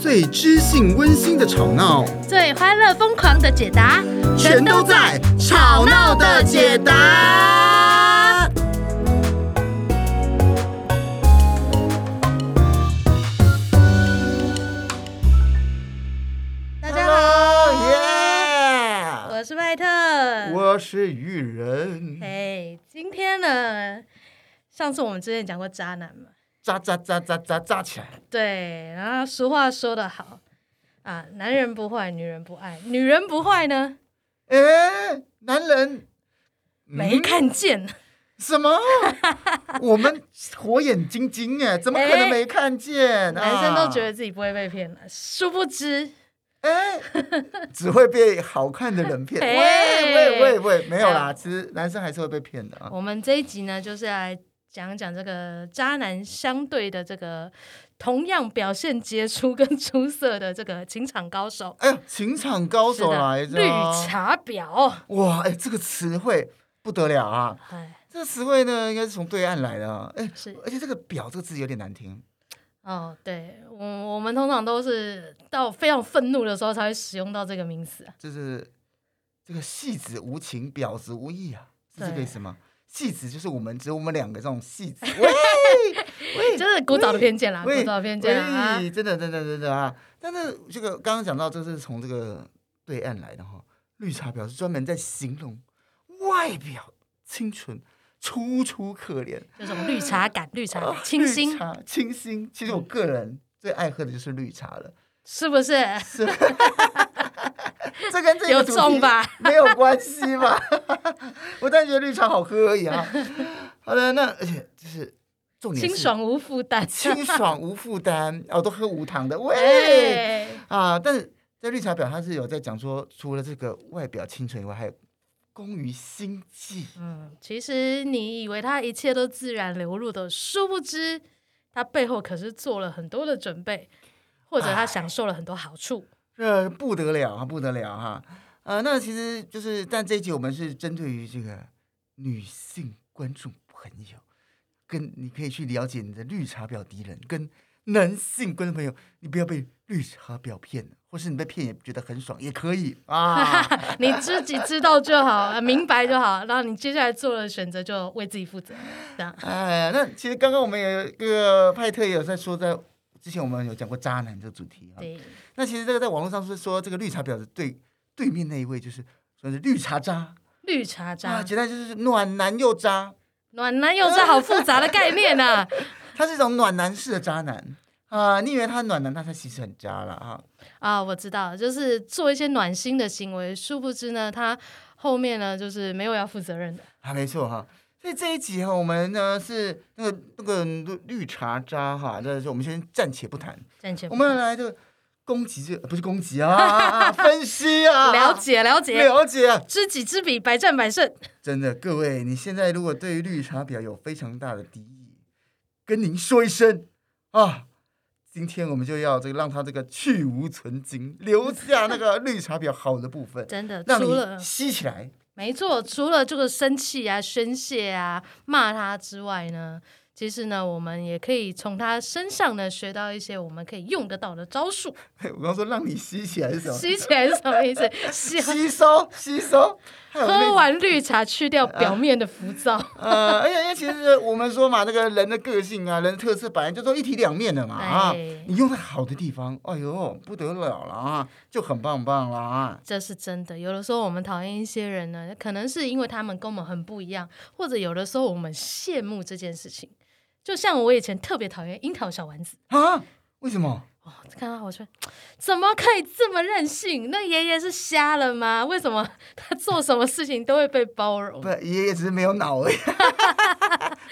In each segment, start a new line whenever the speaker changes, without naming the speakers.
最知性温馨的吵闹，
最欢乐疯狂的解答，
全都在《吵闹的解答》。
大家好，
耶！
我是麦特。
我是愚人，
嘿今天呢，上次我们之前讲过渣男嘛，
扎扎扎扎扎扎起来。
对，然后俗话说得好啊，男人不坏，女人不爱，女人不坏呢，
哎，男人
嗯
嗯
没看见，
什 么？我们火眼金睛哎，怎么可能
哎
没看见？啊
男生都觉
得
得自己不会被骗了，殊不知，
哎，只会被好看的人 骗。
哎
喂喂喂喂，没有啦，
哎
其实男生还是会被骗的啊。
我们这一集呢，就是来讲讲这个渣男相对的这个同样表现杰出跟出色的这个情场高手，
哎呀，情场高手来
是的
着
绿
啊！
茶婊，
哇，哎，这个词汇不得了啊！
哎，
这个词汇呢，应该是从对岸来的啊。哎，
是
而且这个“表”这个字有点难听。
哦，对我我们通常都是到非常愤怒的时候才会使用到这个名词、啊，
就是这个戏子无情，婊子无义啊，是这个
对
意思吗？戏子就是我们，只有我们两个这种戏 子。喂喂
就是古早的偏见啦，古
喂
早的偏见啦啊，
喂，真的真的真的啊！但是这个刚刚讲到，这是从这个对岸来的哈、绿茶婊是专门在形容外表清纯、楚楚可怜、
这种绿茶感、绿茶
啊
感清新嗯
绿，茶清新。其实我个人最爱喝的就是绿茶了。
是不是？
是，这跟这个
有
主
中
题
吧
没有关系吧？我当然觉得绿茶好喝而已 啊。好的，那而且就是重点是
清，爽 无负担，
清爽无负担，哦，都喝无糖的，喂、
哎，
啊！但是在绿茶婊，它是有在讲说，除了这个外表清纯以外，还有功于心计。
嗯，其实你以为他一切都自然流露的，殊不知他背后可是做了很多的准备，或者他享受了很多好处。
这不得了啊，不得了哈、啊！那其实就是，但这一集我们是针对于这个女性观众朋友，跟你可以去了解你的绿茶婊敌人，跟男性观众朋友，你不要被绿茶婊骗了，或是你被骗也觉得很爽也可以啊。
你自己知道就好，呃明白就好，然后你接下来做的选择就为自己负责。这样，
哎呀，那其实刚刚我们有一个派特也有在说在，之前我们有讲过渣男这个主题啊。
对，
那其实这个在网络上是说这个绿茶婊的对对面那一位就是说是绿茶渣。
绿茶
啊，
渣、
简单就是暖男又渣，
暖男又是好复杂的概念啊！
他是一种暖男式的渣男啊、你以为他暖男，但他其实很渣了啊。
啊，我知道，就是做一些暖心的行为，殊不知呢，他后面呢就是没有要负责任的。
啊，没错哈。所以这一集哈，我们呢是那个那个绿茶渣哈，这是我们先暂且不谈，
暂且
我
不
们要来这个攻击这呃不是攻击啊啊， 啊分析啊，
了解了解，
了解啊。
知己知彼，百战百胜。
真的，各位，你现在如果对于绿茶婊有非常大的敌意，跟您说一声啊，今天我们就要这个让他这个去无存菁，留下那个绿茶婊好的部 分，
真的，
让
除了
你吸起来。
没错，除了这个生气啊、宣泄啊、骂他之外呢，其实呢，我们也可以从他身上呢学到一些我们可以用得到的招数。
我刚说让你吸起来是什么？
吸起来是什 么意思？吸
吸收，吸收。还有那啊
喝完绿茶，去掉表面的浮躁。
呃，而且因为其实我们说嘛，那个人的个性啊，人的特色本来就都一体两面的嘛啊
哎，
你用在好的地方，哎呦不得了了啊，就很棒棒了啊。
这是真的。有的时候我们讨厌一些人呢，可能是因为他们跟我们很不一样，或者有的时候我们羡慕这件事情。就像我以前特别讨厌樱桃小丸子，
啊？为什么？
看到我说，怎么可以这么任性？那爷爷是瞎了吗？为什么他做什么事情都会被包 容
不？，爷爷只是没有脑 而已，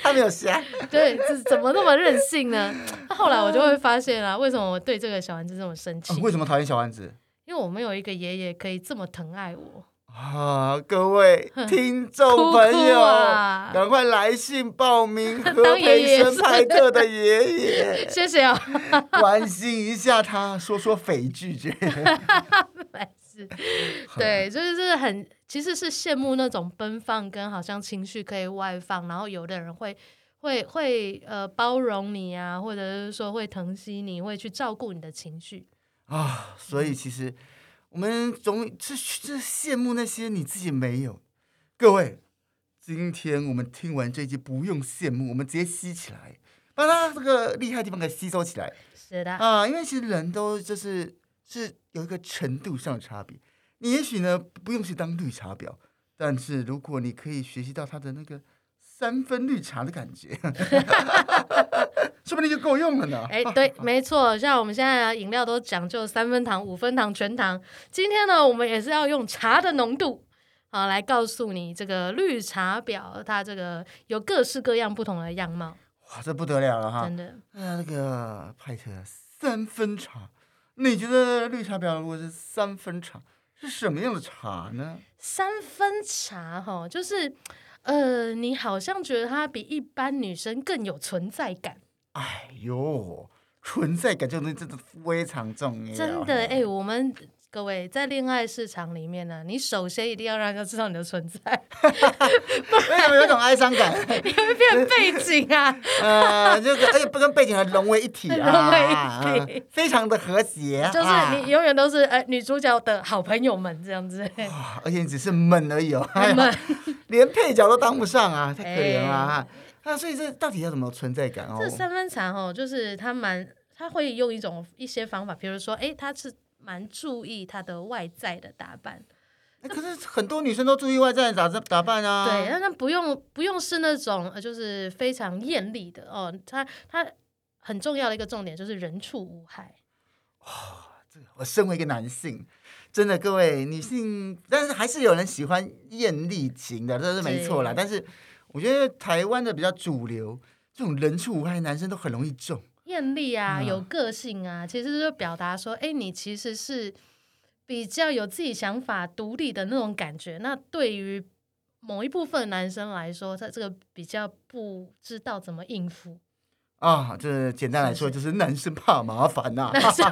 他没有瞎。
对，这怎么那么任性呢？那后来我就会发现啊，为什么我对这个小丸子这么生气？
哦为什么讨厌小丸子
因为我没有一个爷爷可以这么疼爱我。
啊？各位
哼
听众朋
哭哭
友，
啊
赶快来信报 名和
当爷
培
爷
生
是
派特的爷爷，
谢谢哦，
关心一下他，说说匪拒绝。
没事。对，就是就是很，其实是羡慕那种奔放跟好像情绪可以外放，然后有的人会会会呃包容你啊，或者是说会疼惜你，会去照顾你的情绪。
啊，所以其实我们总是是羡慕那些你自己没有。各位，今天我们听完这一集，不用羡慕，我们直接吸起来，把它这个厉害的地方给吸收起来
是的，
啊！因为其实人都就是是有一个程度上的差别。你也许呢不用去当绿茶婊，但是如果你可以学习到它的那个三分绿茶的感觉， 说不定就够用了 呢。
哎，对，没错，像我们现在啊饮料都讲究三分糖、五分糖、全糖。今天呢，我们也是要用茶的浓度，好来告诉你这个绿茶婊它这个有各式各样不同的样貌，
哇，这不得了了哈！
真的
呃，那个派特三分茶，你觉得绿茶婊如果是三分茶，是什么样的茶呢？
三分茶哈，就是呃，你好像觉得它比一般女生更有存在感。
哎呦，存在感这种东西真的非常重要。
真的哎、，我们各位在恋爱市场里面呢、你首先一定要让人家知道你的存在，
为什么有种哀伤感？
你会变背景啊。
呃，就是而且不跟背景还融为一体啊，
融为一体
啊非常的和谐。
就是你永远都是呃女主角的好朋友们这样子。
啊哇，而且你只是闷而已哦，闷，连配角都当不上啊，太可怜了啊！啊，所以这到底要怎么存在感哦？
哎这三分茶哦，就是他蛮他会用一种一些方法，比如说，诶，他是蛮注意他的外在的打扮，
哎可是很多女生都注意外在打打扮啊。
对，但他不用不用是那种呃就是非常艳丽的哦，他他很重要的一个重点就是人畜无害，
我身为一个男性，真的各位女性，但是还是有人喜欢艳丽型的，这是没错啦。
对
但是我觉得台湾的比较主流，这种人畜无害，男生都很容易中。
艳丽啊，
嗯
有个性啊，其实就是表达说，诶，你其实是比较有自己想法、独立的那种感觉。那对于某一部分男生来说，他这个比较不知道怎么应付，
啊，这简单来说就是男生怕麻烦 呐、
男生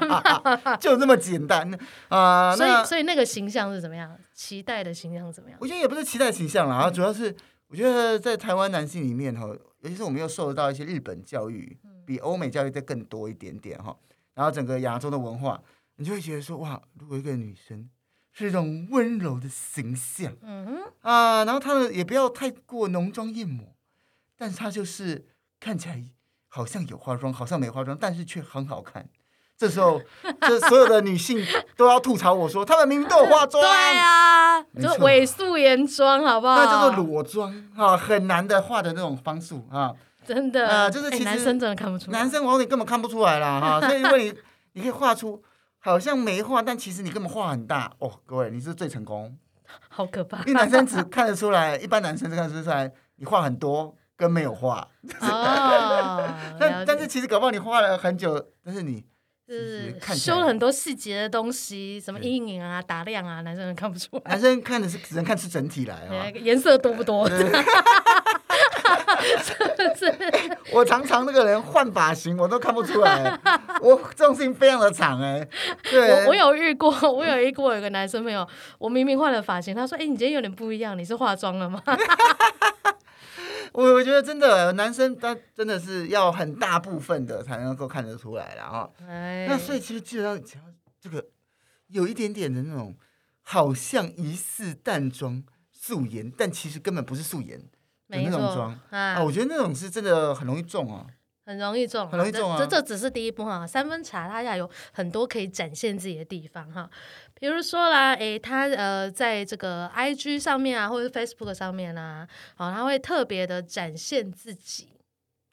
就这么简单啊、
所
那
以所以那个形象是怎么样？期待的形象是怎么样？
我觉得也不是期待形象啦，主要是我觉得在台湾男性里面哈，尤其是我们又受到一些日本教育，
嗯
比欧美教育再更多一点点哈，然后整个亚洲的文化，你就会觉得说哇，如果一个女生是一种温柔的形象
嗯哼，
啊、然后她的也不要太过浓妆艳抹，但是她就是看起来好像有化妆，好像没化妆，但是却很好看。这时 候，这所有的女性都要吐槽我说，她们明明都有化妆，
对啊，
没
就
错
伪素颜妆，好不好？
那叫做裸妆啊，很难的画的那种方素啊。
真的，
呃就是
诶
其实
男生真的看不出来，
男生往往你根本看不出来啦哈、所以如果你你可以画出好像没画，但其实你根本画很大哦。各位，你是最成功，
好可怕
因为男生只看得出来，一般男生只看得出来你画很多跟没有画，
哦。了
但
解
但是其实搞不好你画了很久，但是 你
就是
看起来
修了很多细节的东西，什么
对
阴影啊、打亮啊，男生看不出来。
男生看的是只能看出整体来 啊。
对颜色多不多？
我常常那个人换发型我都看不出 来，我这种事情非常的长哎、对，
我我有遇过，我有遇过有个男生朋友，我明明换了发型，他说：“哎、你今天有点不一样，你是化妆了吗
哎我我觉得真的男生他真的是要很大部分的才能够看得出来啦啊。？”
哎，
那所以其实基本上只要这个有一点点的那种好像疑似淡妆素颜，但其实根本不是素颜的
没
那
错
种妆
啊
啊，我觉得那种是真的很容易中哦。
很容易中，
很容易中啊
这这这只是第一步哈，三分茶它要有很多可以展现自己的地方哈，比如说啦，诶，他呃在这个 IG 上面啊，或者 Facebook 上面啊，好，他会特别的展现自己。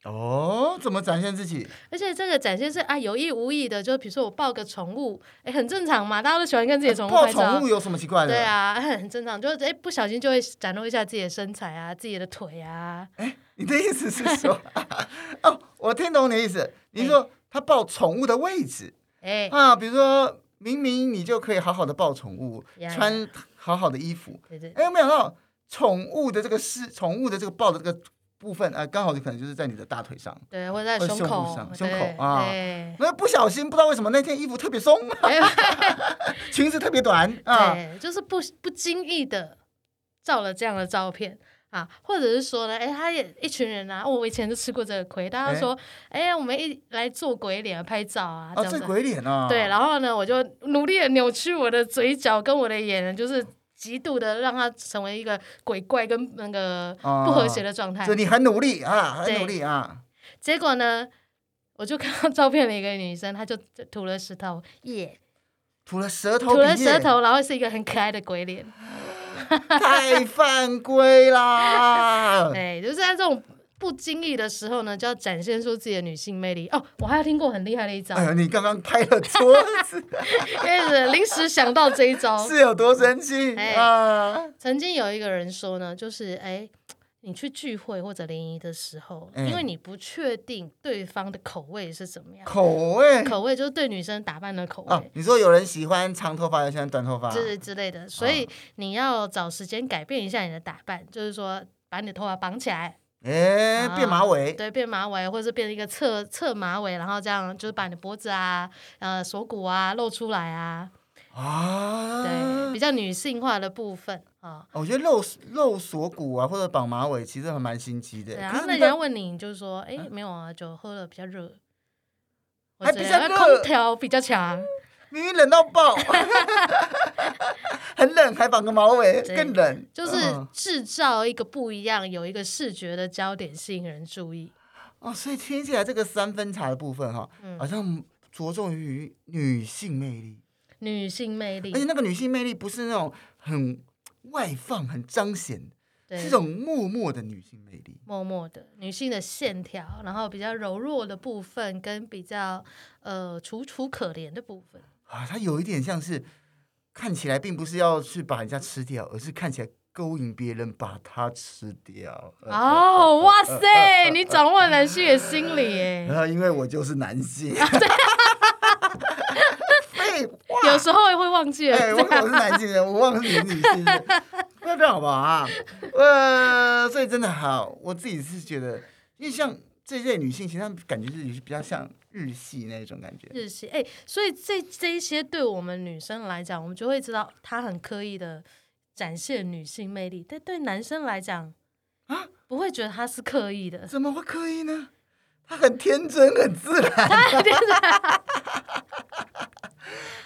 哦，怎么展现自己？
而且这个展现是啊有意无意的，就比如说我抱个宠物，哎，很正常嘛，大家都喜欢跟自己的宠物
抱
拍
宠
照
物。有什么奇怪的？
对，啊， 很正常，就是哎，不小心就会展露一下自己的身材啊，自己的腿啊，
哎你的意思是说， 哦，我听懂你的意思，你是说他抱宠物的位置。
哎，
啊，比如说明明你就可以好好的抱宠物
Yeah,
穿好好的衣服，
对对，
哎，没想到宠物的这个是宠物的这个抱的这个部分，啊，刚好就可能就是在你的大腿上。
对，或者在
或者哦
胸
胸部
口
上，
对
胸口啊
对
那不小心不知道为什么那天衣服特别 松，裙子特别短啊，
对，就是不不经意的照了这样的照片，啊，或者是说呢，哎，他也一群人啊，哦我以前就吃过这个亏，大家说，哎，我们一来做鬼脸拍照啊，这
哦，
样子
这，鬼脸啊，
对，然后呢，我就努力的扭曲我的嘴角跟我的眼，就是极度的让它成为一个鬼怪跟那个
啊
不和谐的状态。
所以你很努力啊，很
对
努力啊，
结果呢，我就看到照片的一个女生，她就吐了石头，耶、
吐了舌头，
吐了舌，头，然后是一个很可爱的鬼脸。
太犯规啦！
对，哎就是在这种不经意的时候呢，就要展现出自己的女性魅力。哦，我还有听过很厉害 的一招，
哎呦，你刚刚拍了桌 子，
因为临时想到这一招。
是有多生气
哎
啊？
曾经有一个人说呢，就是哎，你去聚会或者联谊的时候，
哎
因为你不确定对方的口味是怎么样，
口味
口味就是对女生打扮的口
啊
味，，
你说有人喜欢长头发，有人喜欢短头发，
之、之类
哦
的，所以你要找时间改变一下你的打扮，就是说把你的头发绑起来，
哎，变马尾，
啊对，变马尾，或者是变一个侧侧马尾，然后这样就是把你的脖子啊、呃锁骨啊露出来啊，
啊，
对，比较女性化的部分啊。
哦我觉得露露锁骨啊，或者绑马尾，其实还蛮新奇的。
对啊，
可是
然后那
你
人
看
家问你，你就说，哎、没有啊，酒喝了比较热，我
还
觉
比
得
较
呃
热
空调比较强，
明明冷到爆， 很冷还绑个毛尾，
对
更冷。
就是
嗯
制造一个不一样，有一个视觉的焦点吸引人注意。
哦，所以听起来这个三分茶的部分哈、
嗯
好像着重于女性魅力，
女性魅力
而，且那个女性魅力不是那种很外放、很彰显，
对
是一，种默默的女性魅力。
默默的女性的线条，然后比较柔弱的部分跟比较呃楚楚可怜的部分，
啊，它有一点像是看起来并不是要去把人家吃掉，而是看起来勾引别人把他吃掉。呃
哦，哇塞！你掌握男性的心理耶，
然后 因为我就是男 性，废话，
有时候会忘记了
呃哎、我我是男性人，我忘了你是女性人，那 这样好不好啊？呃，所以真的好，我自己是觉得，因为像这类女性，其实她们感觉自己是比较像日系那种感觉。
日系，哎、所以这这一些对我们女生来讲，我们就会知道她很刻意的展现女性魅力，但对男生来讲
啊，
不会觉得她是刻意 的。
怎么会刻意呢？她很天真，很自然。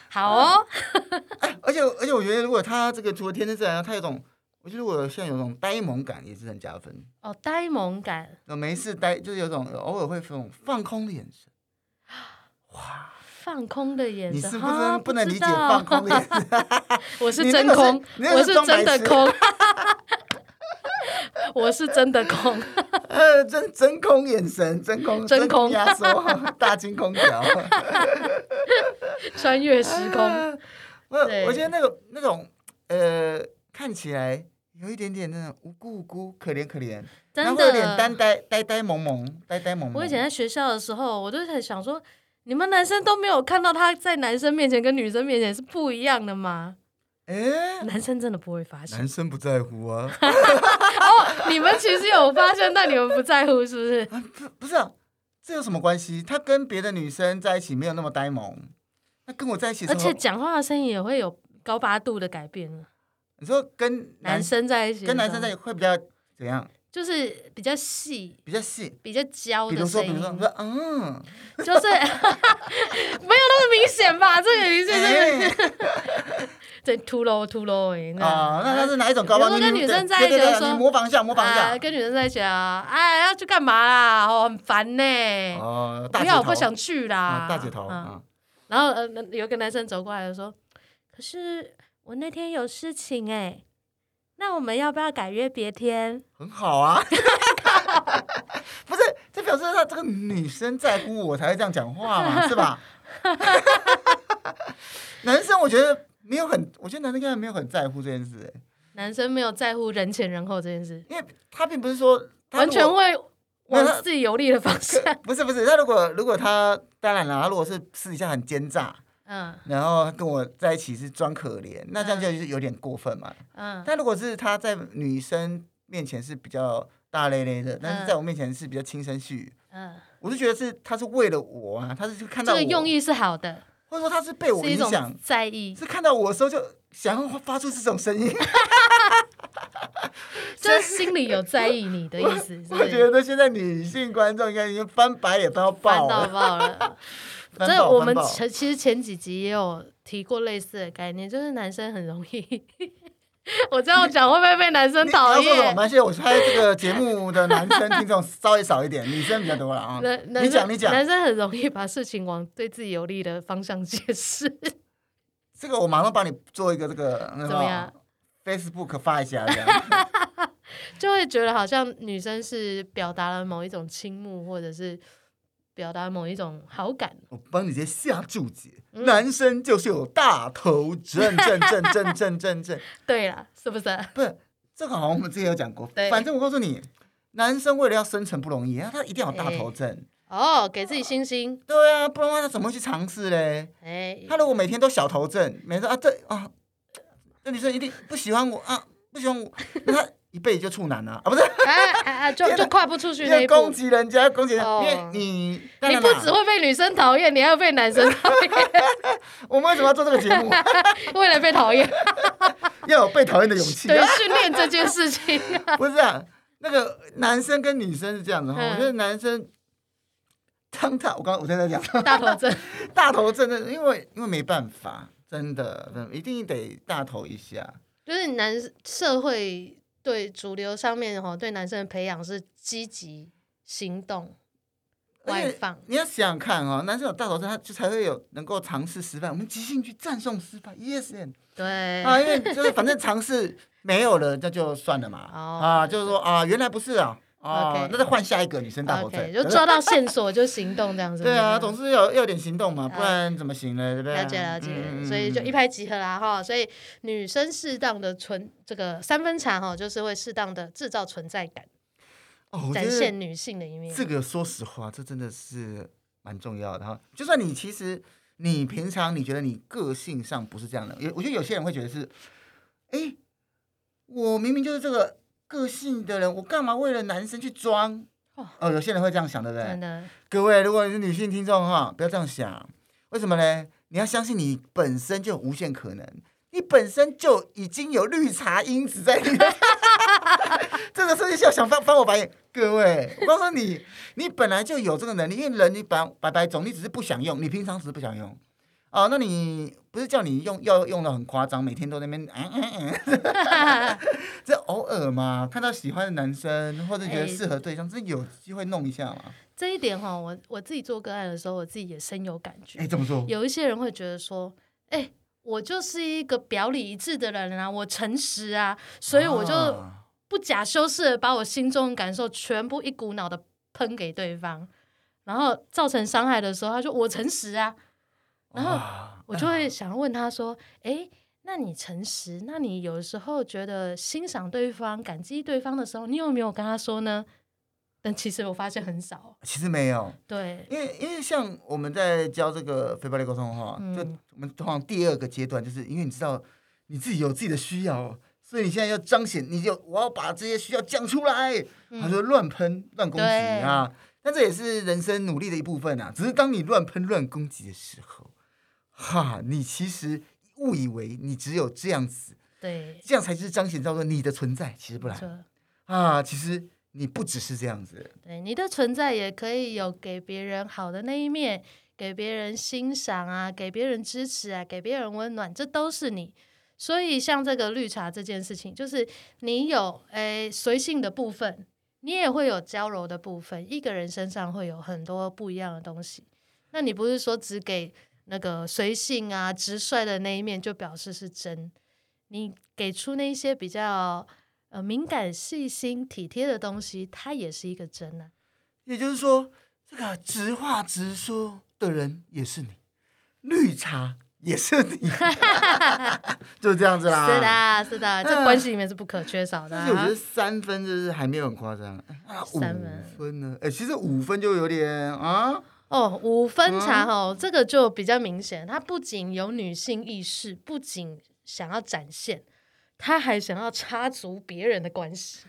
好哦，
哎，而且而且，我觉得如果她这个除了天真自然，她有种，我觉得我现在有种呆萌感，也是很加分。
哦，呆萌感，
呃没事呆，就是有种偶尔会有种放空的眼神。
放空的眼神，
你是不
啊
能不能
知
理解
道
放空的眼神。
我是
你
真
那个是
空，
你那个
我
是
是
装
真
白
的
痴
空，我是真的空，
呃，真真空眼神，真空
真空
压缩，大清空 调。
穿越时空。
我
对
我觉得那个那种呃，看起来有一点点那种无辜无辜、可怜可怜，
真的
然后有点呆呆呆呆萌萌、呆呆萌萌。
我以前在学校的时候，我就在想说，你们男生都没有看到他在男生面前跟女生面前是不一样的吗？
哎，
男生真的不会发现
男生不在乎啊，
哦，你们其实有发现，但你们不在乎，是不是？
不不是啊，这有什么关系？他跟别的女生在一起没有那么呆萌，那跟我在一起的
而
时候
且，讲话的声音也会有高八度的改变了。
你说跟
男
男
生在一起的时候，
跟男生在一起会比较怎样？
就是比较细、
比较细。
比较娇
比
的
如说，
声
比如
音，
说，你说，嗯，
就是没有那么明显吧？这个明显，这个
哎
对秃喽秃喽哎，
啊，那他是哪一种高帮？
比如说跟女生在一
对对
起的
对
时候
你模仿一下，模仿一
啊，
下。
跟女生在一起啊，哎，要去干嘛啦？哦，很烦呢、
哦，大
不
姐
要，
头，
我不想去啦。
啊，大姐头
嗯
啊，
然后呃，那有一个男生走过来就说：“可是我那天有事情哎、那我们要不要改约别天
很好啊。 不是，这表示他这个女生在乎我才会这样讲话 嘛，是吧？ 男生我觉得没有很，我觉得男生应该没有很在乎这件事，？”欸
男生没有在乎人前人后这件事，
因为他并不是说他
完全
如果
会
那
往
他
自己有利的方向。
不是不是，他如果如果他当然啦，他如果是私底下很奸诈，
嗯
然后他跟我在一起是装可怜，那这样就是有点过分嘛。
嗯，
但如果是他在女生面前是比较大咧咧的，但是在我面前是比较轻声细语，
嗯，
我就觉得是他是为了我啊，他是看
这
到我，
个用意是好的，
或者说他是被我
是一
影
种
响，
在意。
是看到我的时候就想要发出这种声音，
就是心里有在意你的意思。是 不
我
是
觉得现在女性观众应该已经翻白眼翻到
翻
爆
到
了，
爆了。
翻
所以
爆
我
翻
们
爆
前其实前几集也有提过类似的概念，就是男生很容易。 我这样讲会不会被男生
你
讨
你要说什么？
厌
没？关系，我猜这个节目的男生听众稍微少一点，女生比较多了啊。
男男
你讲，
生
你讲，
男生很容易把事情往对自己有利的方向解释，
这个我马上帮你做一个这个
怎么样？
？Facebook 发一下，这样
就会觉得好像女生是表达了某一种倾慕，或者是表达某一种好感。
我帮你直接下注解。
嗯
男生就是有大头症，症症症症症 症，
对啦，是啊不是？
不是这个好像我们之前有讲过
对。
反正我告诉你，男生为了要生存不容易，啊他一定要有大头症。
哦，给自己星星，
对啊，不然的话他怎么会去尝试嘞？
哎、
他如果每天都小头症，每次啊这啊，这女生一定不喜欢我啊，不喜欢我，那他一辈子就处男啊，啊不是，
哎哎哎，就
天哪
就跨不出去
因
那一
为
步
攻。击人家，攻击人，
哦
因为你当
你
然
不
啦
只会被女生讨厌，你还会被男生讨 厌，
我们为什么要做这个节 目？
为了被讨厌，
要有被讨厌的勇气
对
啊，
训练这件事情，
不是啊？那个男生跟女生是这样子哈，
嗯
我觉得男生。当他，我刚我现在讲
大头症，
大头症的，因为因为没办法，真的，真的一定得大头一下。
就是男社会对主流上面哦哈，对男生的培养是积极行动、
而
外
且
放，
你要想想看哦，男生有大头症，他就才会有能够尝试失败。我们即兴去赞颂失败，yes and
对，
啊，因为就是反正尝试没有了，那就算了嘛。
哦
啊，就是说啊，原来不是啊，啊
OK，
那再换下一个女生大头
OK，
症。
就抓到线索就行动这样子。
对啊，
是
总
吗
是要要有点行动嘛，
啊
不然怎么行呢？对不对？
了解了解，
嗯
所以就一。
嗯嗯
拍即合啦哈。所以女生适当的存这个三分茶哈，就是会适当的制造存在感，
哦，我觉
展
得
现女性的一面。
这个说实话，这真的是蛮重要的哈。就算你其实你平常你觉得你个性上不是这样的，有我觉得有些人会觉得是，哎，我明明就是这个个性的人，我干嘛为了男生去装
哦？
哦，有些人会这样想，对不对？
真的，
各位，如果你是女性听众哈，不要这样想。为什么呢？你要相信你本身就有无限可能，你本身就已经有绿茶因子在里面。 这个设计师想翻翻我白眼，各位，我告诉你，你本来就有这个能力，因为人你白白白种，你只是不想用，你平常只是不想用。哦，那你不是叫你用要用的很夸张，每天都在那边嗯嗯嗯， 这偶尔嘛，看到喜欢的男生或者觉得
哎
适合对象，这有机会弄一下嘛。
这一点哈，我我自己做个案的时候，我自己也深有感觉。
哎，怎么说？
有一些人会觉得说，哎、我就是一个表里一致的人啊，我诚实啊，所以我就
啊
不假修饰的把我心中的感受全部一股脑的喷给对方，然后造成伤害的时候，他说我诚实啊，然后
哇
我就会想要问他说：“诶，那你诚实，那你有时候觉得欣赏对方、感激对方的时候，你有没有跟他说呢？”但其实我发现很少，
其实没有，
对，
因为因为像我们在教这个非暴力沟通的话，
嗯
就我们通常第二个阶段，就是因为你知道你自己有自己的需要，所以你现在要彰显，你就我要把这些需要讲出来，
嗯
他就乱喷乱攻击啊。但这也是人生努力的一部分啊。只是当你乱喷乱攻击的时候，哈，你其实误以为你只有这样子，
对，
这样才是彰显到说你的存在，其实不
没
然
错
啊，其实你不只是这样子。
对，你的存在也可以有给别人好的那一面，给别人欣赏啊，给别人支持啊，给别人温暖，这都是你。所以像这个绿茶这件事情，就是你有诶随性的部分，你也会有娇柔的部分。一个人身上会有很多不一样的东西。那你不是说只给那个随性啊、直率的那一面就表示是真？你给出那些比较呃敏感、细心、体贴的东西，它也是一个真啊。
也就是说，这个直话直说的人也是你，绿茶也是你， 就这样子啦。
是，的，是的，这
啊嗯
关系里面是不可缺少的、
但是我
啊
觉得。三分就是还没有很夸张，啊，五
三分
分呢？哎、其实五分就有点啊，
哦，五分
嗯
茶哦，这个就比较明显，它不仅有女性意识，不仅想要展现，它还想要插足别人的关系。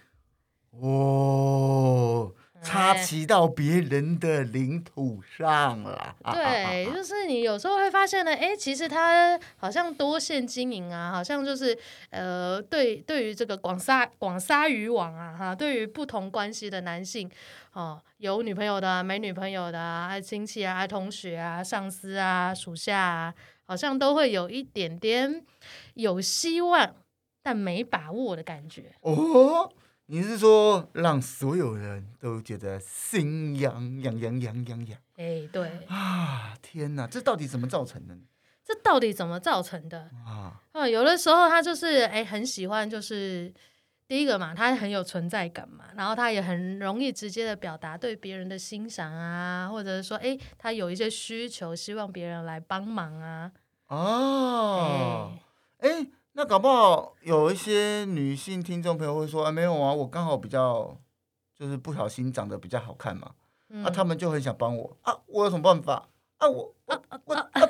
哦，插
哎
旗到别人的领土上了。啊
对，就是你有时候会发现呢，哎，其实他好像多线经营啊，好像就是呃，对，对于这个广撒广撒渔网啊，哈，对于不同关系的男性，哦，有女朋友的、啊、没女朋友的、啊，爱亲戚啊、爱同学啊、上司啊、属下啊，好像都会有一点点有希望但没把握的感觉。
哦，你是说让所有人都觉得心痒痒痒痒痒痒
哎，对，
啊！天哪，这到底怎么造成的呢？
这到底怎么造成的？
啊，
嗯，有的时候他就是哎、很喜欢，就是第一个嘛，他很有存在感嘛，然后他也很容易直接的表达对别人的欣赏啊，或者是说哎、他有一些需求，希望别人来帮忙啊。
哦
哎，
哎，那搞不好有一些女性听众朋友会说，啊，没有啊，我刚好比较就是不小心长得比较好看嘛，
嗯
啊，他们就很想帮我啊，我有什么办法啊？我我我啊啊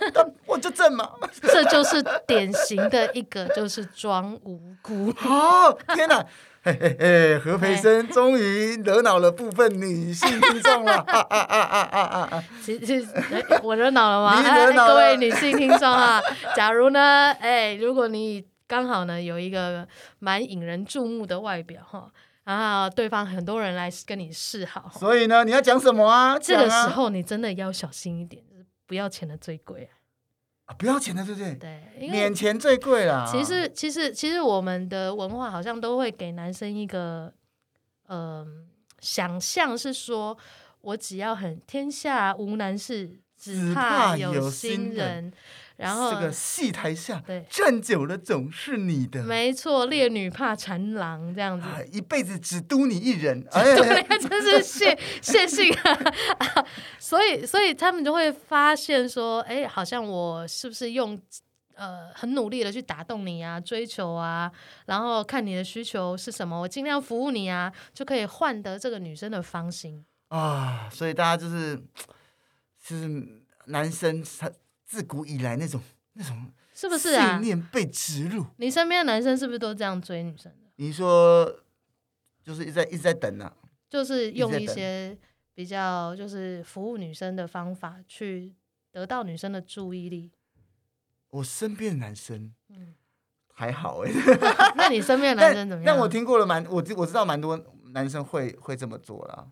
我就正嘛。
这就是典型的一个就是装无辜。
哦，天哪！嘿嘿嘿，何培
哎
生终于惹恼了部分女性听众 了，啊啊啊啊啊啊啊！
其实、哎我惹恼了吗？
你惹恼了
各位女性听众啊，假如呢，哎，如果你刚好呢有一个蛮引人注目的外表哈，然后对方很多人来跟你示好，
所以呢，你要讲什么啊？
这个
讲啊
时候你真的要小心一点，就是不要钱的最贵啊。
啊不要钱的，对不对？
对，因为
免钱最贵啦。
其实其实其实我们的文化好像都会给男生一个嗯、想象，是说我只要很天下无难事，
只
只
怕
怕
有
有
心
心
人
人。然后
这个戏台下
对，
站久了总是你的，
没错，烈女怕缠郎这样子。
啊一辈子只督你一人。哎，
对，真是谢谢信啊啊所以，所以他们就会发现说，哎，好像我是不是用呃很努力的去打动你啊，追求啊，然后看你的需求是什么，我尽量服务你啊，就可以换得这个女生的芳心。
啊，所以大家就是，就是男生他自古以来那种那种
是不是啊
信？念被植入。
你身边的男生是不是都这样追女生的？
你说，就是一直在一直在等啊，
就是用
一
一
直在等
些比较就是服务女生的方法去得到女生的注 意力。
我身边的男生
嗯，
还好哎、
那你身边的男生怎么
但
样？
但我听过了蛮，我知我知道蛮多男生会会这么做啦，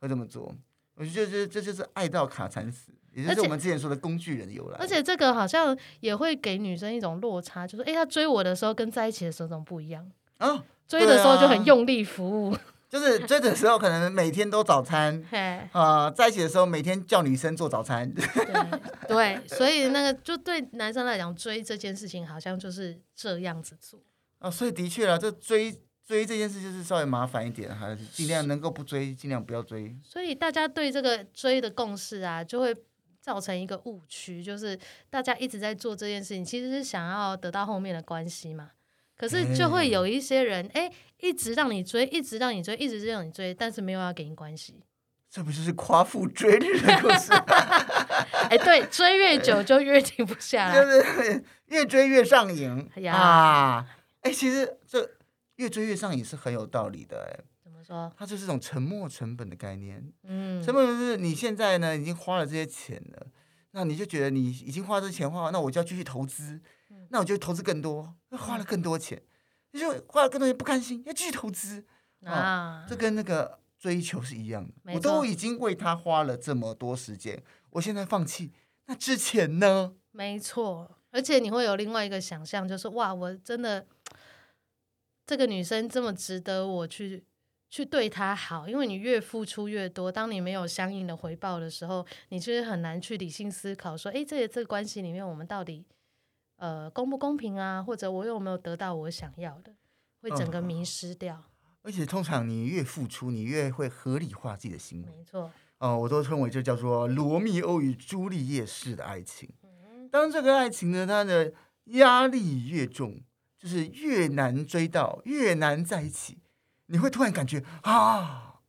会这么做。我觉得这这就是爱到卡惨死，也就
而
是
且
我们之前说的工具人由来。
而且这个好像也会给女生一种落差，就是哎、诶他追我的时候跟在一起的时候怎么不一样？
啊，
追的时候就很
对啊
用力服务，
就是追的时候可能每天都早餐。
嘿，
啊、在一起的时候每天叫女生做早餐，
对对，所以那个就对男生来讲，追这件事情好像就是这样子做。
啊，所以的确啦，这追追这件事就是稍微麻烦一点，还是尽量能够不追，尽量不要追。
所以大家对这个追的共识啊，就会造成一个误区，就是大家一直在做这件事情，其实是想要得到后面的关系嘛。可是就会嗯有一些人，哎、一直让你追，一直让你追，一直让你追，但是没有要给你关系。
这不就是夸父追日的故事吗？
哎、对，追越久就越停不下来
就。是越追越上瘾
啊呀
啊！哎、其实这越追越上瘾是很有道理的、哎，
怎么说？
它就是一种沉没成本的概念。
嗯，
成本就是你现在呢已经花了这些钱了，那你就觉得你已经花这钱花，那我就要继续投资，
嗯
那我就投资更多，那花了更多钱，你就花了更多钱不甘心，要继续投资。哦
啊，
这跟那个追求是一样的，
没
我都
错
已经为他花了这么多时间，我现在放弃，那之前呢？
没错。而且你会有另外一个想象，就是哇，我真的这个女生这么值得我去去对她好，因为你越付出越多，当你没有相应的回报的时候，你其实很难去理性思考说，哎诶，这个这个关系里面我们到底呃公不公平啊，或者我有没有得到我想要的，会整个
嗯
迷失掉。
而且通常你越付出，你越会合理化自己的行为。
没错，
哦，我都称为这叫做罗密欧与朱丽叶式的爱情。当这个爱情呢，它的压力越重，就是越难追到，越难在一起，你会突然感觉啊，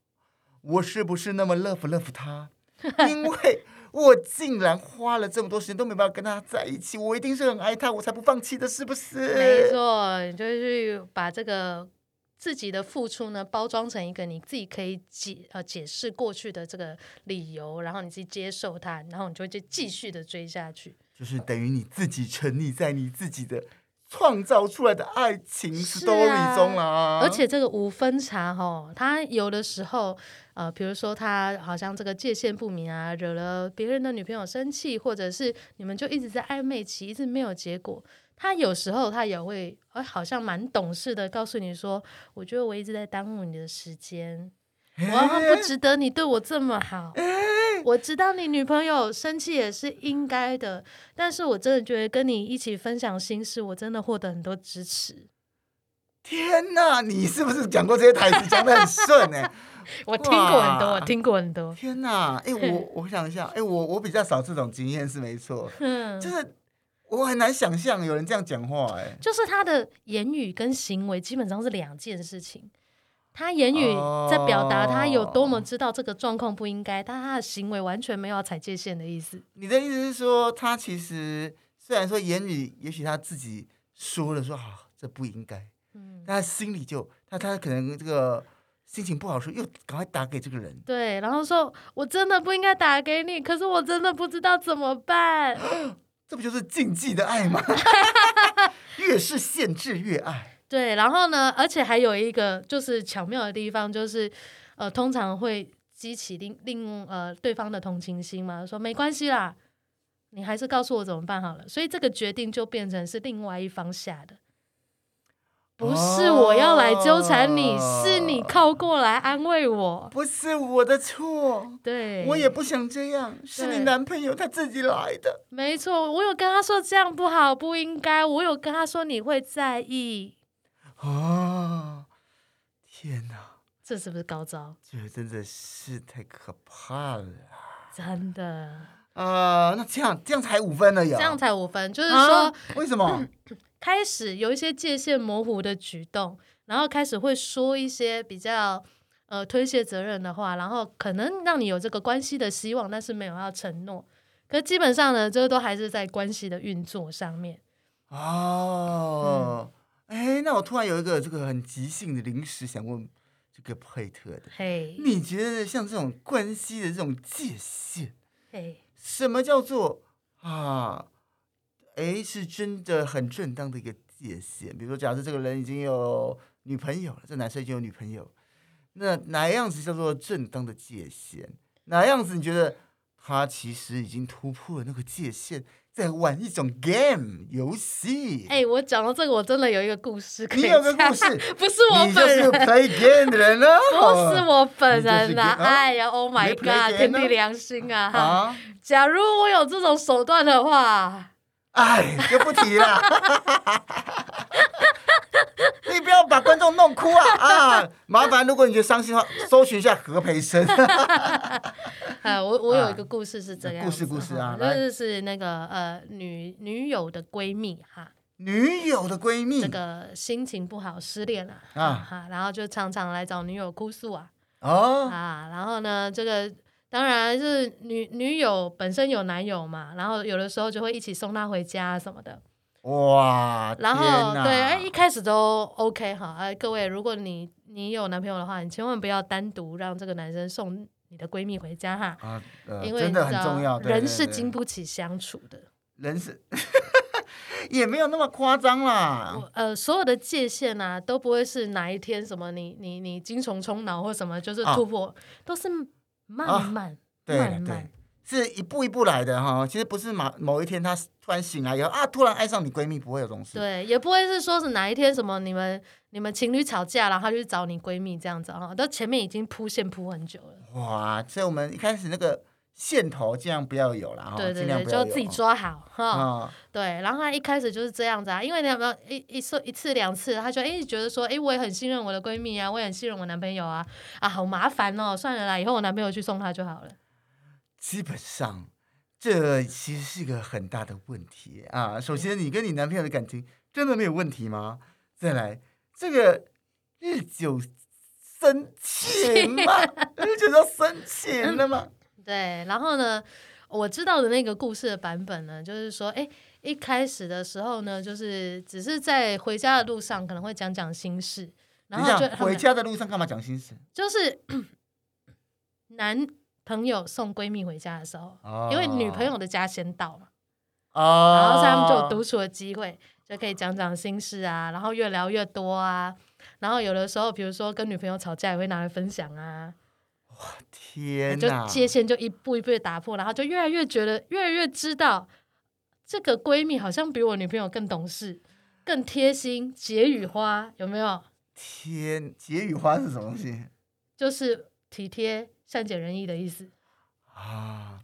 我是不是那么 love love 他？因为我竟然花了这么多时间都没办法跟他在一起，我一呃定是很爱他，我才不放弃的，是不是？
没错，你就去把这个自己的付出呢，包装成一个你自己可以解呃解释过去的这个理由，然后你自己接受它，然后你就会继续的追下去。
就是等于你自己沉溺在你自己的创造出来的爱情
是
story
啊
中啦、
而且这个五分茶哈，它有的时候，呃，比如说他好像这个界限不明啊，惹了别人的女朋友生气，或者是你们就一直在暧昧期，一直没有结果。他有时候他也会，哎、好像蛮懂事的，告诉你说，我觉得我一直在耽误你的时间，我不值得你对我这么好。我知道你女朋友生气也是应该的，但是我真的觉得跟你一起分享心事，我真的获得很多支持。
天哪，你是不是讲过这些台词讲的很顺哎、
我听过很多，
哇
我听过很多。
天哪，哎、我我想一下，哎、我我比较少这种经验是没错，
嗯
就，是我很难想象有人这样讲话哎、
就是他的言语跟行为基本上是两件事情。他言语在表达他有多么知道这个状况不应该，但他的行为完全没有要踩界限的意思。
你的意思是说，他其实虽然说言语，也许他自己说了说啊，这不应该，
嗯，
但他心里就他他可能这个心情不好的时候，又赶快打给这个人，
对，然后说我真的不应该打给你，可是我真的不知道怎么办。
这不就是禁忌的爱吗？ 越是限制越爱，
对，然后呢，而且还有一个就是巧妙的地方，就是呃，通常会激起另另呃对方的同情心嘛，说没关系啦，你还是告诉我怎么办好了。所以这个决定就变成是另外一方下的，不是我要来纠缠你，是你
哦
靠过来安慰我。
不是我的错，
对，
我也不想这样，是你
对
男朋友他自己来的。
没错，我有跟他说这样不好，不应该，我有跟他说你会在意，
哦，天哪，
这是不是高招？
这真的是太可怕了
真的，
啊、那这样这样才五分了呀？
这样才五分，就是说。嗯
啊、为什么？
开始有一些界限模糊的举动，然后开始会说一些比较呃推卸责任的话，然后可能让你有这个关系的希望，但是没有要承诺。可基本上呢，这都还是在关系的运作上面。
哦，哎、那我突然有一个这个很即兴的临时想问这个佩特的，
嘿，
你觉得像这种关系的这种界限，
嘿，
什么叫做啊？哎，是真的很正当的一个界限。比如说，假设这个人已经有女朋友了，这男生已经有女朋友，那哪样子叫做正当的界限？哪样子你觉得他其实已经突破了那个界限，在玩一种 game 游戏？
哎、我讲到这个，我真的有一个故事可以
你
讲。
有个故事
不是我
你就
本
是
人，
play game 的人呢、哦
不是我本
你
人
就是
啦、
gay- 啊
哎呀，Oh my
你 play
God，
gay
天
呢
地良心啊！
啊！
假如我有这种手段的话，
哎，就不提了。 你不要把观众弄哭啊啊！麻烦，如果你觉得伤心的话，搜寻一下何培 生。
啊，我我有
啊
一个故事是这
那
样
故
子哈，
事故事啊来
就是是那个呃女女友的闺蜜哈，
女友的闺蜜
这个心情不好，失恋了
啊
哈，然后就常常来找女友哭诉啊
哦，
啊，然后呢，这个当然是女女友本身有男友嘛，然后有的时候就会一起送她回家什么的，
哇！
然后
天哪
对，哎，一开始都 OK 哈，哎，各位，如果你你有男朋友的话，你千万不要单独让这个男生送你的闺蜜回家哈。
啊，呃
因为
真
你
的
知
很
道
重要，对
人
对
是
对
经不起相处的。
人是 也没有那么夸张啦。
我呃，所有的界限啊，都不会是哪一天什么你你你精虫充脑或什么，就是
啊
突破，都是
啊
慢慢、
对
慢
对
慢。，
是一步一步来的哈。其实不是某某一天她突然醒来以后啊，突然爱上你闺蜜，不会有这种事。
对，也不会是说是哪一天什么你们你们情侣吵架，然后他就去找你闺蜜这样子哈，都前面已经铺线铺很久了，
哇，所以我们一开始那个线头尽量不要有啦，哈，
对对
哦尽量
对，
不
就要
有
自己抓好哈。
啊、
对，然后他一开始就是这样子啊，因为你有没有一一次一次两次，他就哎觉得说哎我也很信任我的闺蜜啊，我也很信任我男朋友啊，啊好麻烦哦，算了啦，以后我男朋友去送她就好了。
基本上这其实是一个很大的问题啊。首先，你跟你男朋友的感情真的没有问题吗？再来，这个日久生情嘛， 日久就生情了
嗯
嘛。
对，然后呢，我知道的那个故事的版本呢，就是说哎一开始的时候呢，就是只是在回家的路上可能会讲讲心事。然
等一
后就
下，
他
回
们
家的路上干嘛讲心事？
就是 男朋友送闺蜜回家的时候，
哦
因为女朋友的家先到嘛，
哦，
然后所以他们就有独处的机会，就可以讲讲心事啊，然后越聊越多啊。然后有的时候，比如说跟女朋友吵架，也会拿来分享啊，
天
就
哪，
界限就一步一步的打破，然后就越来越觉得，越来越知道这个闺蜜好像比我女朋友更懂事、更贴心，解语花有没有？
天，解语花是什么东西
就是体贴、善解人意的意思。
啊？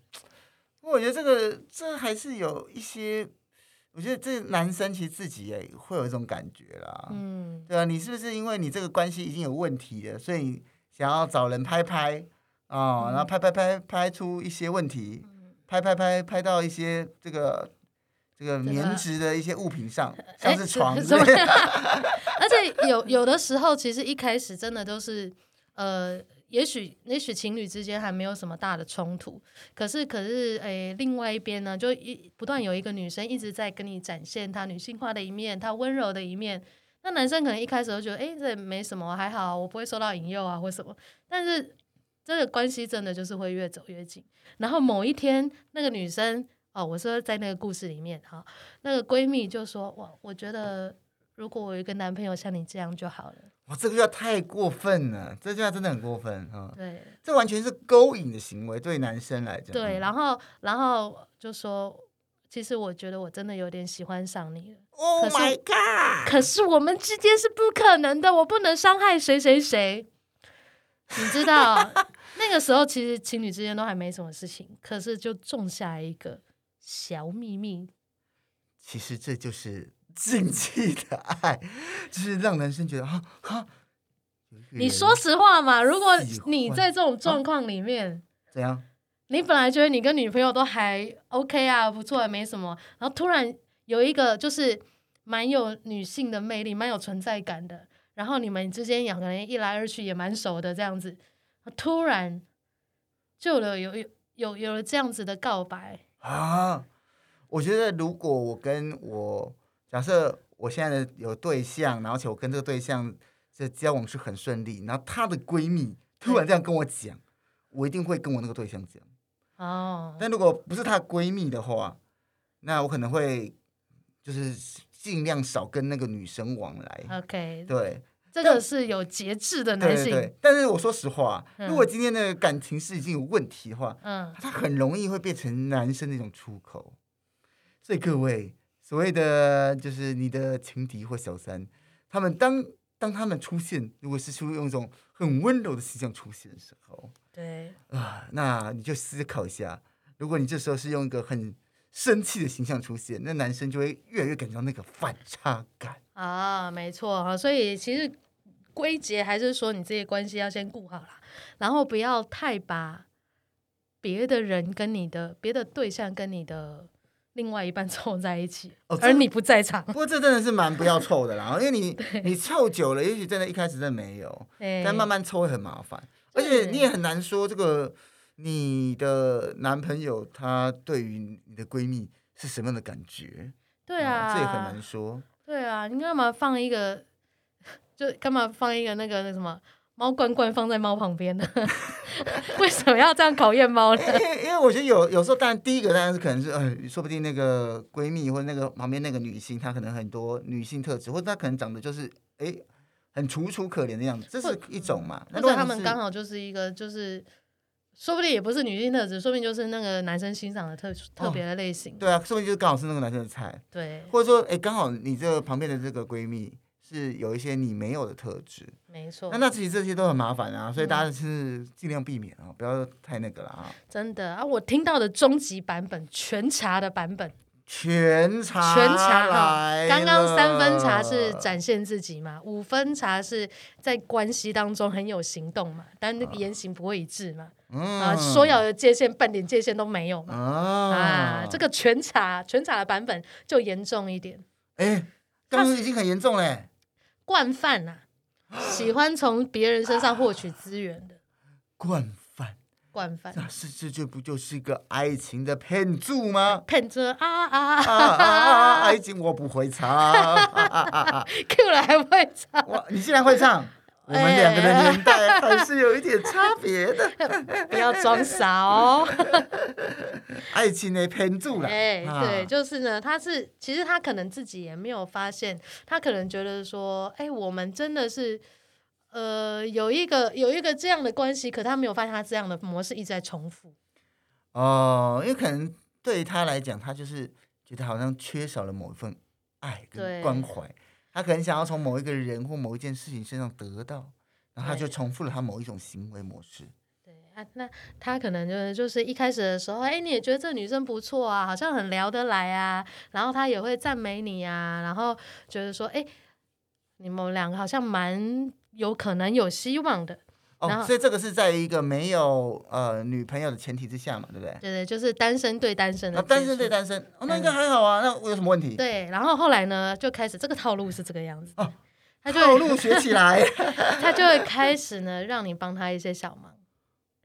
我觉得这个这还是有一些，我觉得这男生其实自己也会有一种感觉啦。
嗯，
对啊，你是不是因为你这个关系已经有问题了，所以你想要找人拍拍哦，
嗯
然后拍拍拍拍出一些问题，拍拍拍拍到一些这个这个
个
棉质的一些物品上，
哎
像是床
是
之类
是
的。
而且有有的时候，其实一开始真的都是，呃，也许也许情侣之间还没有什么大的冲突，可是可是，诶、另外一边呢，就一不断有一个女生一直在跟你展现她女性化的一面，她温柔的一面。那男生可能一开始都觉得，诶、这没什么，还好，我不会受到引诱啊，或什么。但是这个关系真的就是会越走越近。然后某一天，那个女生哦，我说在那个故事里面哈、那个闺蜜就说：“哇，我觉得如果我有一个男朋友像你这样就好了。
哇，这个叫太过分了，这句话真的很过分啊、嗯！
对
这完全是勾引的行为，对男生来”讲。
对，
嗯
然后然后就说：“其实我觉得我真的有点喜欢上你了，
，Oh
可是
my god！
可是我们之间是不可能的，我不能伤害谁谁谁。”你知道，那个时候其实情侣之间都还没什么事情，可是就种下一个小秘密。
其实这就是禁忌的爱，就是让男生觉得啊啊，有一个
你
人
说实话嘛，如果
喜欢啊
你在这种状况里面。
怎样？
你本来觉得你跟女朋友都还 OK 啊，不错，没什么，然后突然有一个就是蛮有女性的魅力，蛮有存在感的，然后你们之间两个人一来二去也蛮熟的这样子，突然就有有有有有了这样子的告白，
啊，我觉得如果我跟我假设我现在的有对象，然后而且我跟这个对象这交往是很顺利，然后她的闺蜜突然这样跟我讲，我一定会跟我那个对象讲。
哦，
但如果不是她闺蜜的话，那我可能会就是尽量少跟那个女生往来。
OK，
对
这个是有节制的
对
嗯男
对
性，
对，但是我说实话，
嗯
如果今天的感情是已经有问题的话，
嗯，
它很容易会变成男生的一种出口。所以各位，所谓的就是你的情敌或小三，他们当当他们出现，如果是出用一种很温柔的形象出现的时候
对，
啊，那你就思考一下，如果你这时候是用一个很生气的形象出现，那男生就会越来越感觉到那个反差感。
啊，没错哈，所以其实归结还是说你自己的关系要先顾好啦，然后不要太把别的人跟你的别的对象跟你的另外一半 凑在一起，
哦
而
这
你不在场
不。过这真的是蛮不要凑的啦，因为 你你凑久了，也许真的一开始真的没有，
哎
但慢慢抽会很麻烦，而
对
且你也很难说这个你的男朋友他对于你的闺蜜是什么样的感觉，
对
啊
啊，
这也很难说。
对啊，你干嘛放一个，就干嘛放一个那个那什么猫罐罐放在猫旁边呢？ 为什么要这样考验猫呢？
因为因为我觉得有有时候，当然第一个当然是可能是呃，说不定那个闺蜜或者那个旁边那个女性，她可能很多女性特质，或者她可能长得就是哎很楚楚可怜的样子，这
或
是一种嘛。那如
或
果
者他们
是
刚好就是一个就是，说不定也不是女性特质，说不定就是那个男生欣赏的特
哦
特别的类型。
对啊，说不定就是刚好是那个男生的菜，
对，
或者说哎刚好你这个旁边的这个闺蜜是有一些你没有的特质，
没错
那，那其实这些都很麻烦啊，所以大家是尽量避免啊、不要太那个了啊。
真的啊！我听到的终极版本，全茶的版本，
全茶
全茶哈
来，
刚刚三分茶
了
是展现自己嘛，五分茶是在关系当中很有行动嘛，但那个言行不会一致嘛，
嗯
啊，说要有界限，半点界限都没有嘛，
啊
啊，这
个
个全茶全茶的版本就严重一点。
哎，刚刚已经很严重嘞，
惯犯啊，喜欢从别人身上获取资源的
惯犯，
惯犯，
那是这这不就是一个爱情的骗注吗？
骗着啊啊
啊啊啊啊！
啊
爱情我不会唱，啊啊啊啊！
，Q 了还不会唱，
我你竟然会唱？我们两个的年代还是有一点差别的，
不要装傻哦。
爱情的偏助啦。
哎、
啊
对，就是呢，他是其实他可能自己也没有发现，他可能觉得说，哎、我们真的是。呃，有一个有一个这样的关系，可他没有发现他这样的模式一直在重复。
哦，因为可能对他来讲，他就是觉得好像缺少了某一份爱跟
对
关怀，他可能想要从某一个人或某一件事情身上得到，然后他就
对
重复了他某一种行为模式。
对啊，那他可能就是就是一开始的时候，哎，你也觉得这女生不错啊，好像很聊得来啊，然后他也会赞美你啊，然后觉得说，哎，你们两个好像蛮有可能有希望的。然
哦，
后
所以这个是在一个没有呃女朋友的前提之下嘛，对不对？
对对，就是单身对单身的
啊，
接
单身
触
对单身，哦，那
嗯
应该还好啊，那我有什么问题？
对，然后后来呢，就开始这个套路是这个样子的，
哦
他就
套
会
路学起 来
他就会开始呢，让你帮他一些小忙，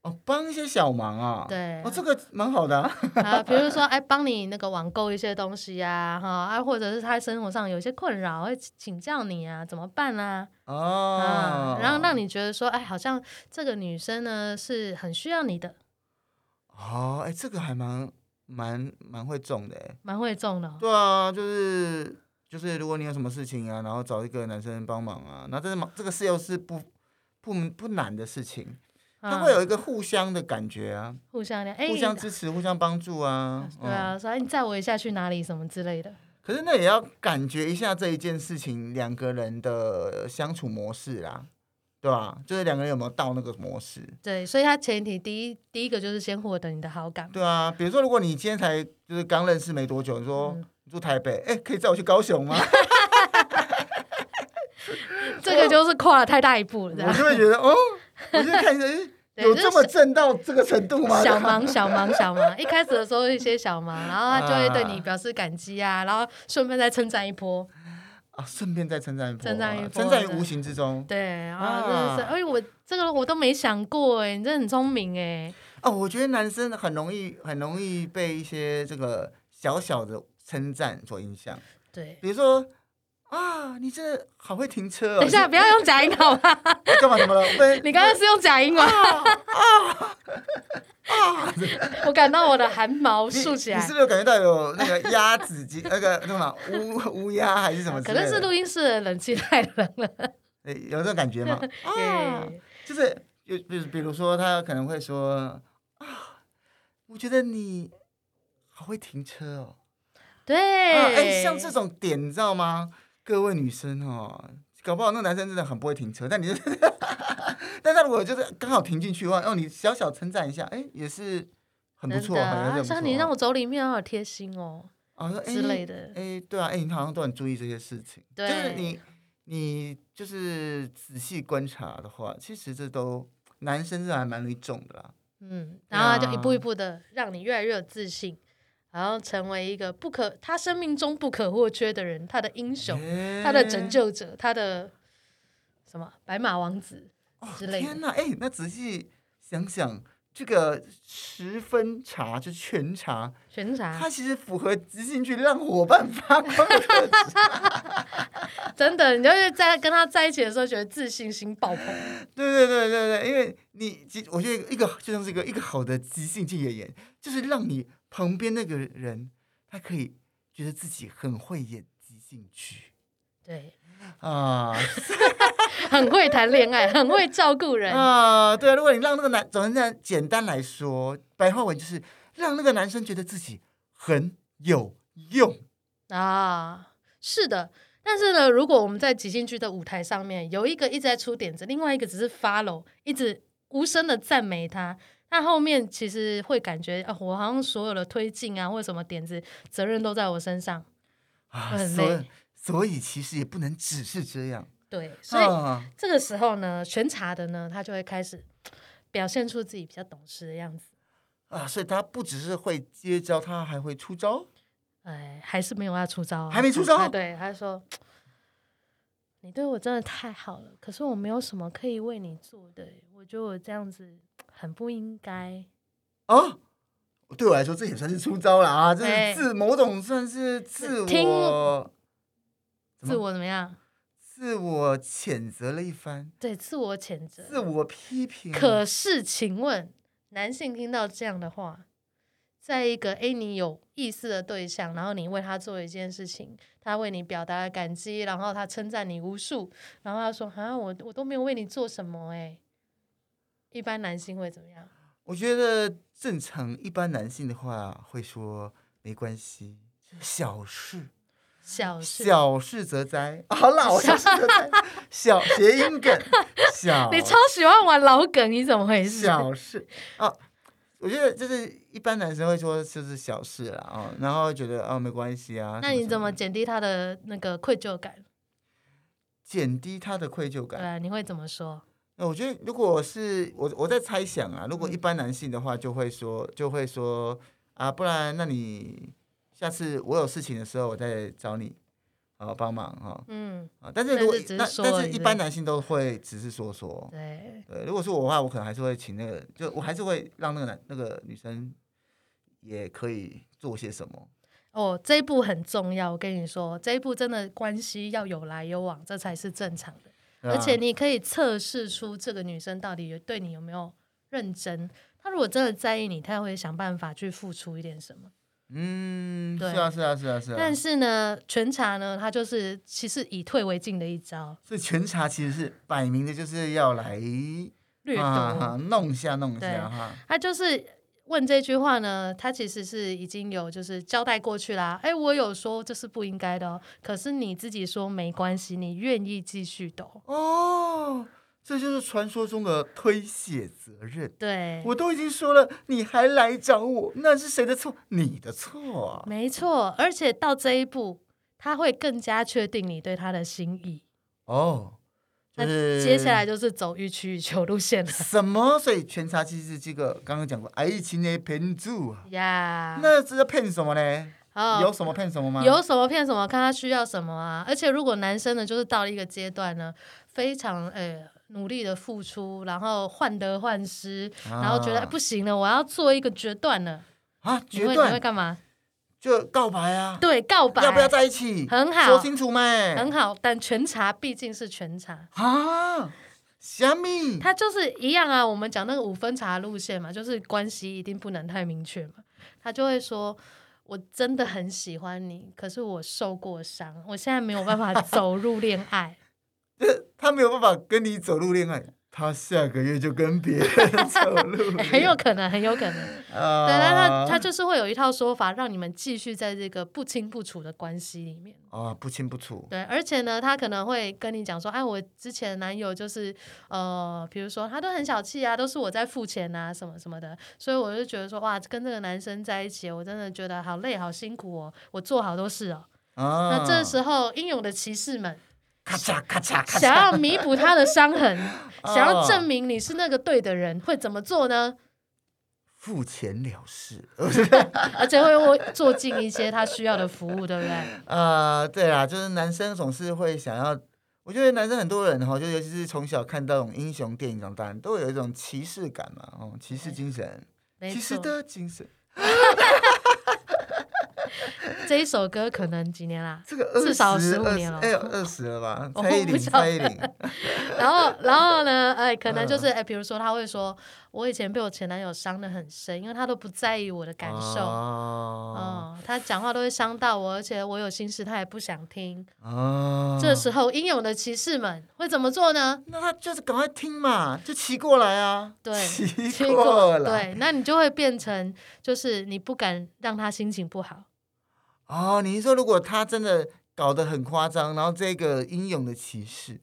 哦，帮一些小忙啊。
对
哦，这个蛮好的、啊。
啊，比如说哎，帮你那个网购一些东西呀、啊，哈啊，或者是他生活上有一些困扰，会请教你啊，怎么办啊？
哦
啊，，然后让你觉得说，哎，好像这个女生呢是很需要你的，
哦，哎，这个还蛮蛮蛮会中的哎。
蛮会中的哦、
对啊，就是就是，如果你有什么事情啊，然后找一个男生帮忙啊，那这是忙这个事又是不不不难的事情，它
啊
会有一个互相的感觉啊，
互相的，哎，
互相支持、互相帮助啊。
对啊，说哎，你载我一下去哪里什么之类的，
嗯，可是那也要感觉一下这一件事情两个人的相处模式啦，对吧、就是两个人有没有到那个模式？
对，所以他前提第一第一个就是先获得你的好感嘛。
对啊，比如说，如果你今天才就是刚认识没多久，你说、
嗯
你住台北，哎，可以载我去高雄吗？
这个就是跨了太大一步了，这
我
样
就会觉得，哦，我就看着，哎
对
有
这
这么正到这个程度吗？
小忙小忙小忙。一开始的时候一些小忙，然后他就会对你
啊
表示感激啊，然后顺便再称赞一波。
啊，顺便再称赞一波啊，
称赞一波
称赞于
对
无形之中。
对啊，真的
啊
是，哎，我这个我都没想过哎，你真的很聪明哎。
哦，我觉得男生很容易，很容易被一些这个小小的称赞所影响，
对，
比如说。啊，你真的好会停车哦！
等一下不要用假音好吗？
你是，干嘛？怎 么了？啊被
你刚刚是用假音吗？ 我感到我的汗毛
你
竖起来啊
你是。不是有感觉到有那个鸭子鸡 那个那个嘛乌乌鸦还是什么之
可
类的？
能是录音室的冷气太冷了。
呃有这种感 觉吗？啊，
耶
就是就比如比如说，他可能会说啊，我觉得你好会停车哦。啊，
对，
哎，像这种点，你知道吗？各位女生哦，搞不好那个男生真的很不会停车，但你、就是， 但他如果就是刚好停进去的话，哦，你小小称赞一下，哎，也是很不
真
错，
的
好像是很
啊，像
不错
你让我走里面，好贴心哦
啊说哎
之类的。
哎，对啊，哎，你好像都很注意这些事情，就是
对
你你就是仔细观察的话，其实这都男生是还蛮容易中的啦。
嗯，
对
然后他就一
啊
步一步的让你越来越有自信，然后成为一个不可他生命中不可或缺的人，他的英雄，他的拯救者，他的什么白马王子之类
天
的。
哪，哎，那仔细想想，这个十分茶就全茶，
全
它
茶
其实符合即兴剧让伙伴发光的特质。
真的，你就是在跟他在一起的时候，觉得自信心爆棚。
对对对对对，因为你即我觉得一个就像是一个一个好的即兴剧演员，就是让你旁边那个人他可以觉得自己很会演即兴剧。
对，
啊
很会谈恋爱，很会照顾人。
啊！对啊，如果你让那个男，总之呢，简单来说，白话文就是让那个男生觉得自己很有用。
啊，是的。但是呢，如果我们在即兴剧的舞台上面有一个一直在出点子，另外一个只是 follow，一直无声的赞美他，那后面其实会感觉啊，我好像所有的推进啊或者什么点子，责任都在我身上。
啊，
会很
所以
累
所以其实也不能只是这样，
对，所以
啊、
这个时候呢，全茶的呢，他就会开始表现出自己比较懂事的样子。
啊，所以他不只是会接招，他还会出招。
哎，还是没有要出招、啊，
还没出招
啊 对，他说：“你对我真的太好了，可是我没有什么可以为你做的，我觉得我这样子很不应该。
哦，对我来说这也算是出招了啊，这
对
是自某种算是自
听
我怎么
自我怎么样？
自我谴责了一番，
对，自我谴责。
自我批评。
可是，请问男性听到这样的话，在一个诶你有意思的对象，然后你为他做一件事情，他为你表达了感激，然后他称赞你无数，然后他说啊，我我都没有为你做什么诶，哎一般男性会怎么样？
我觉得正常一般男性的话会说没关系，小事，
小事，
小事则哉。好老，小事则 哉，小谐音梗，小
你超喜欢玩老梗，你怎么回事？
小事啊。我觉得就是一般男生会说就是小事啦，哦，然后觉得哦没关系啊。
那
什
你
什
怎么
的
减低他的那个愧疚感？
减低他的愧疚
对
感？
啊，你会怎么说？
那我觉得，如果是我我在猜想啊，如果
嗯
一般男性的话，就会说就会说啊，不然那你下次我有事情的时候，我再找你啊帮忙哈
嗯，
啊。但是如果
但是只是
那
说
但
而
是
已
一般男性都会只是说说，
对，
对，如果是我的话，我可能还是会请那个，就我还是会让那个男那个女生也可以做些什么。
哦，这一步很重要。我跟你说，这一步真的关系要有来有往，这才是正常的。
对啊
而
吧
且你可以测试出这个女生到底有对你有没有认真。她如果真的在意你，她会想办法去付出一点什么。
嗯，是
对
啊，是啊，是啊，是啊
但，是呢，全茶呢，他就是其实以退为进的一招，
所以全茶其实是摆明的就是要来
掠夺。
啊哈弄一下弄一
对
下哈。
他就是问这句话呢，他其实是已经有就是交代过去啦。哎，我有说这是不应该的哦，可是你自己说没关系，你愿意继续的哦、
哦，这就是传说中的推卸责任。
对，
我都已经说了，你还来找我，那是谁的错？你的错啊！
没错。而且到这一步，他会更加确定你对他的心意。
哦，就
那
是
接下来就是走欲取欲求路线了
什么？所以全茶其实是这个刚刚讲过，爱情的骗子啊，
呀。
那这要骗什么呢？
哦
有什么骗什么吗？
有什么骗什么，看他需要什么啊。而且如果男生呢，就是到了一个阶段呢，非常呃努力的付出，然后患得患失，
啊
然后觉得、哎不行了，我要做一个决断了。
啊，
你
决
会你会
断
干嘛？
就告白啊，
对，告白
要不要在一起？
很好
说清楚没？
很好，但全茶毕竟是全茶。
啊，虾米？
它就是一样啊，我们讲那个五分茶路线嘛，就是关系一定不能太明确嘛。他就会说：“我真的很喜欢你，可是我受过伤，我现在没有办法走入恋 爱。
他没有办法跟你走入恋爱，他下个月就跟别人走入 恋爱，
很有可能，很有可能。
啊
对，但他他就是会有一套说法，让你们继续在这个不清不楚的关系里面。
啊不清不楚，
对，而且呢，他可能会跟你讲说，哎，我之前的男友就是，呃，比如说他都很小气啊，都是我在付钱啊，什么什么的，所以我就觉得说，哇，跟这个男生在一起，我真的觉得好累，好辛苦哦，我做好多事哦。
啊，
那这时候，英勇的骑士们
咔嚓咔嚓咔嚓，
想要弥补他的伤痕，
哦
想要证明你是那个对的人，会怎么做呢？
付钱了事，
而且会为做尽一些他需要的服务，对不对？
呃，对啦，就是男生总是会想要。我觉得男生很多人哈，就尤其是从小看到那种英雄电影长大，都会有一种骑士感嘛，哦，骑士精神，
没
骑士
错，
的精神。
这一首歌可能几年啦、
这个二
至少
十
15
二
年了
哎呦，二十了 吧？
我
蔡依
不
林，
知道
蔡依林，
然后， 然后呢？哎，可能
嗯
就是哎，比如说他会说，我以前被我前男友伤得很深，因为他都不在意我的感受，
哦，
嗯，他讲话都会伤到我，而且我有心事他也不想听。
哦
嗯这时候，英勇的骑士们会怎么做呢？
那他就是赶快听嘛，就骑过来啊，
对
骑
结
过
果
来。
对，那你就会变成就是你不敢让他心情不好，
哦，你是说如果他真的搞得很夸张，然后这个英勇的骑士，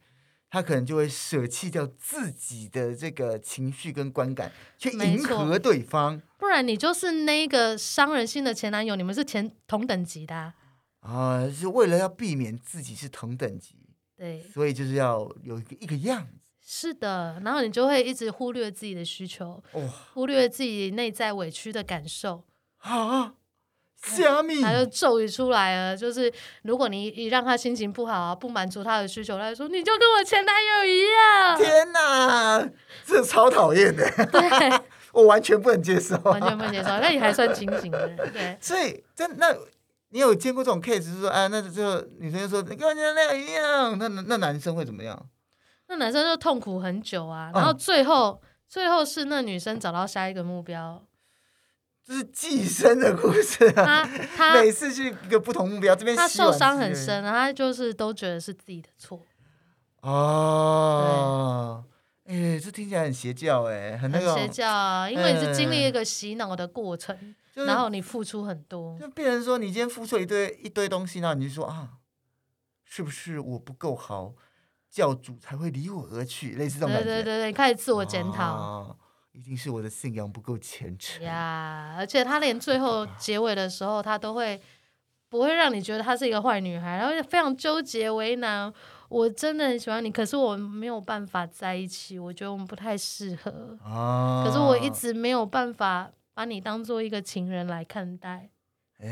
他可能就会舍弃掉自己的这个情绪跟观感，去
没
迎
错
合对方。
不然你就是那个伤人心的前男友，你们是前同等级的啊、
啊、是为了要避免自己是同等级，
对，
所以就是要有一个一个样子。
是的。然后你就会一直忽略自己的需求，
哇、
忽略自己内在委屈的感受。
啊，虾米
他就咒语出来了，就是如果你一让他心情不好啊，不满足他的需求，他就说你就跟我前男友一样，
天哪，这超讨厌的，我完全不能接受。
完全不能接受。那你还算清醒的，对
所以，真那你有见过这种 case，就是说啊，那最后女生就说你跟人家那一样，那那男生会怎么样？
那男生就痛苦很久啊，
嗯
然后最后、最后是那女生找到下一个目标，
这是寄生的故事 啊，
她她
每次去一个不同目标，这边
她
洗碗
受伤
机
很
而已
深，然后她就是都觉得是自己的错，
哦。哎、这听起来很邪教哎、很那
很
个，
邪教啊，因为你是经历一个洗脑的过程，
就是
然后你付出很多，
就变成说你今天付出了一堆一堆东西，然后你就说啊，是不是我不够好，教主才会离我而去，类似这种感
对
觉。
对对对，开始自我检讨。
哦一定是我的信仰不够虔诚。
呀而且她连最后结尾的时候，她都会不会让你觉得她是一个坏女孩，然后非常纠结为难。我真的很喜欢你，可是我没有办法在一起，我觉得我们不太适合。
哦，
可是我一直没有办法把你当做一个情人来看待，
哎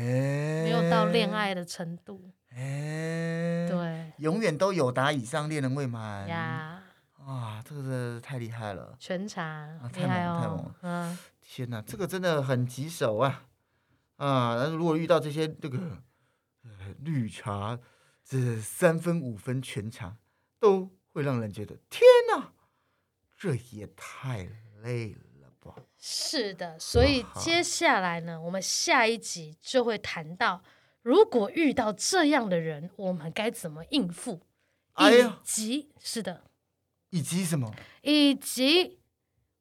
没有到恋，爱的程度。
哎，，
对
永远都有答以上恋人未满。
呀，
哇，这个真的是太厉害了！
全查
啊太
厉害
猛了太猛
哦
了，
嗯，
天哪，这个真的很棘手啊啊！那如果遇到这些这个、呃、绿茶，这三分五分全茶，都会让人觉得天哪，这也太累了吧？
是的。所以
好
接下来呢，我们下一集就会谈到，如果遇到这样的人，我们该怎么应付，
哎
以
呀，
及是的，
以及什么？
以及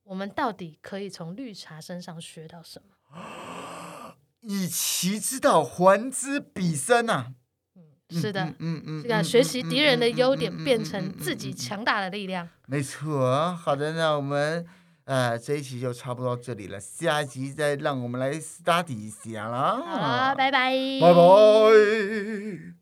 我们到底可以从绿茶身上学到什么？
以其之道还之彼身呐、啊！嗯
是的。
嗯嗯嗯，
这个
嗯
学习敌人的优点，变
嗯
成
嗯嗯
自己强大的力量。
没错，好的，那我们呃这一期就差不多到这里了，下一集
啊
再让我们来 study 一下啦。
好啦，拜拜，
拜拜。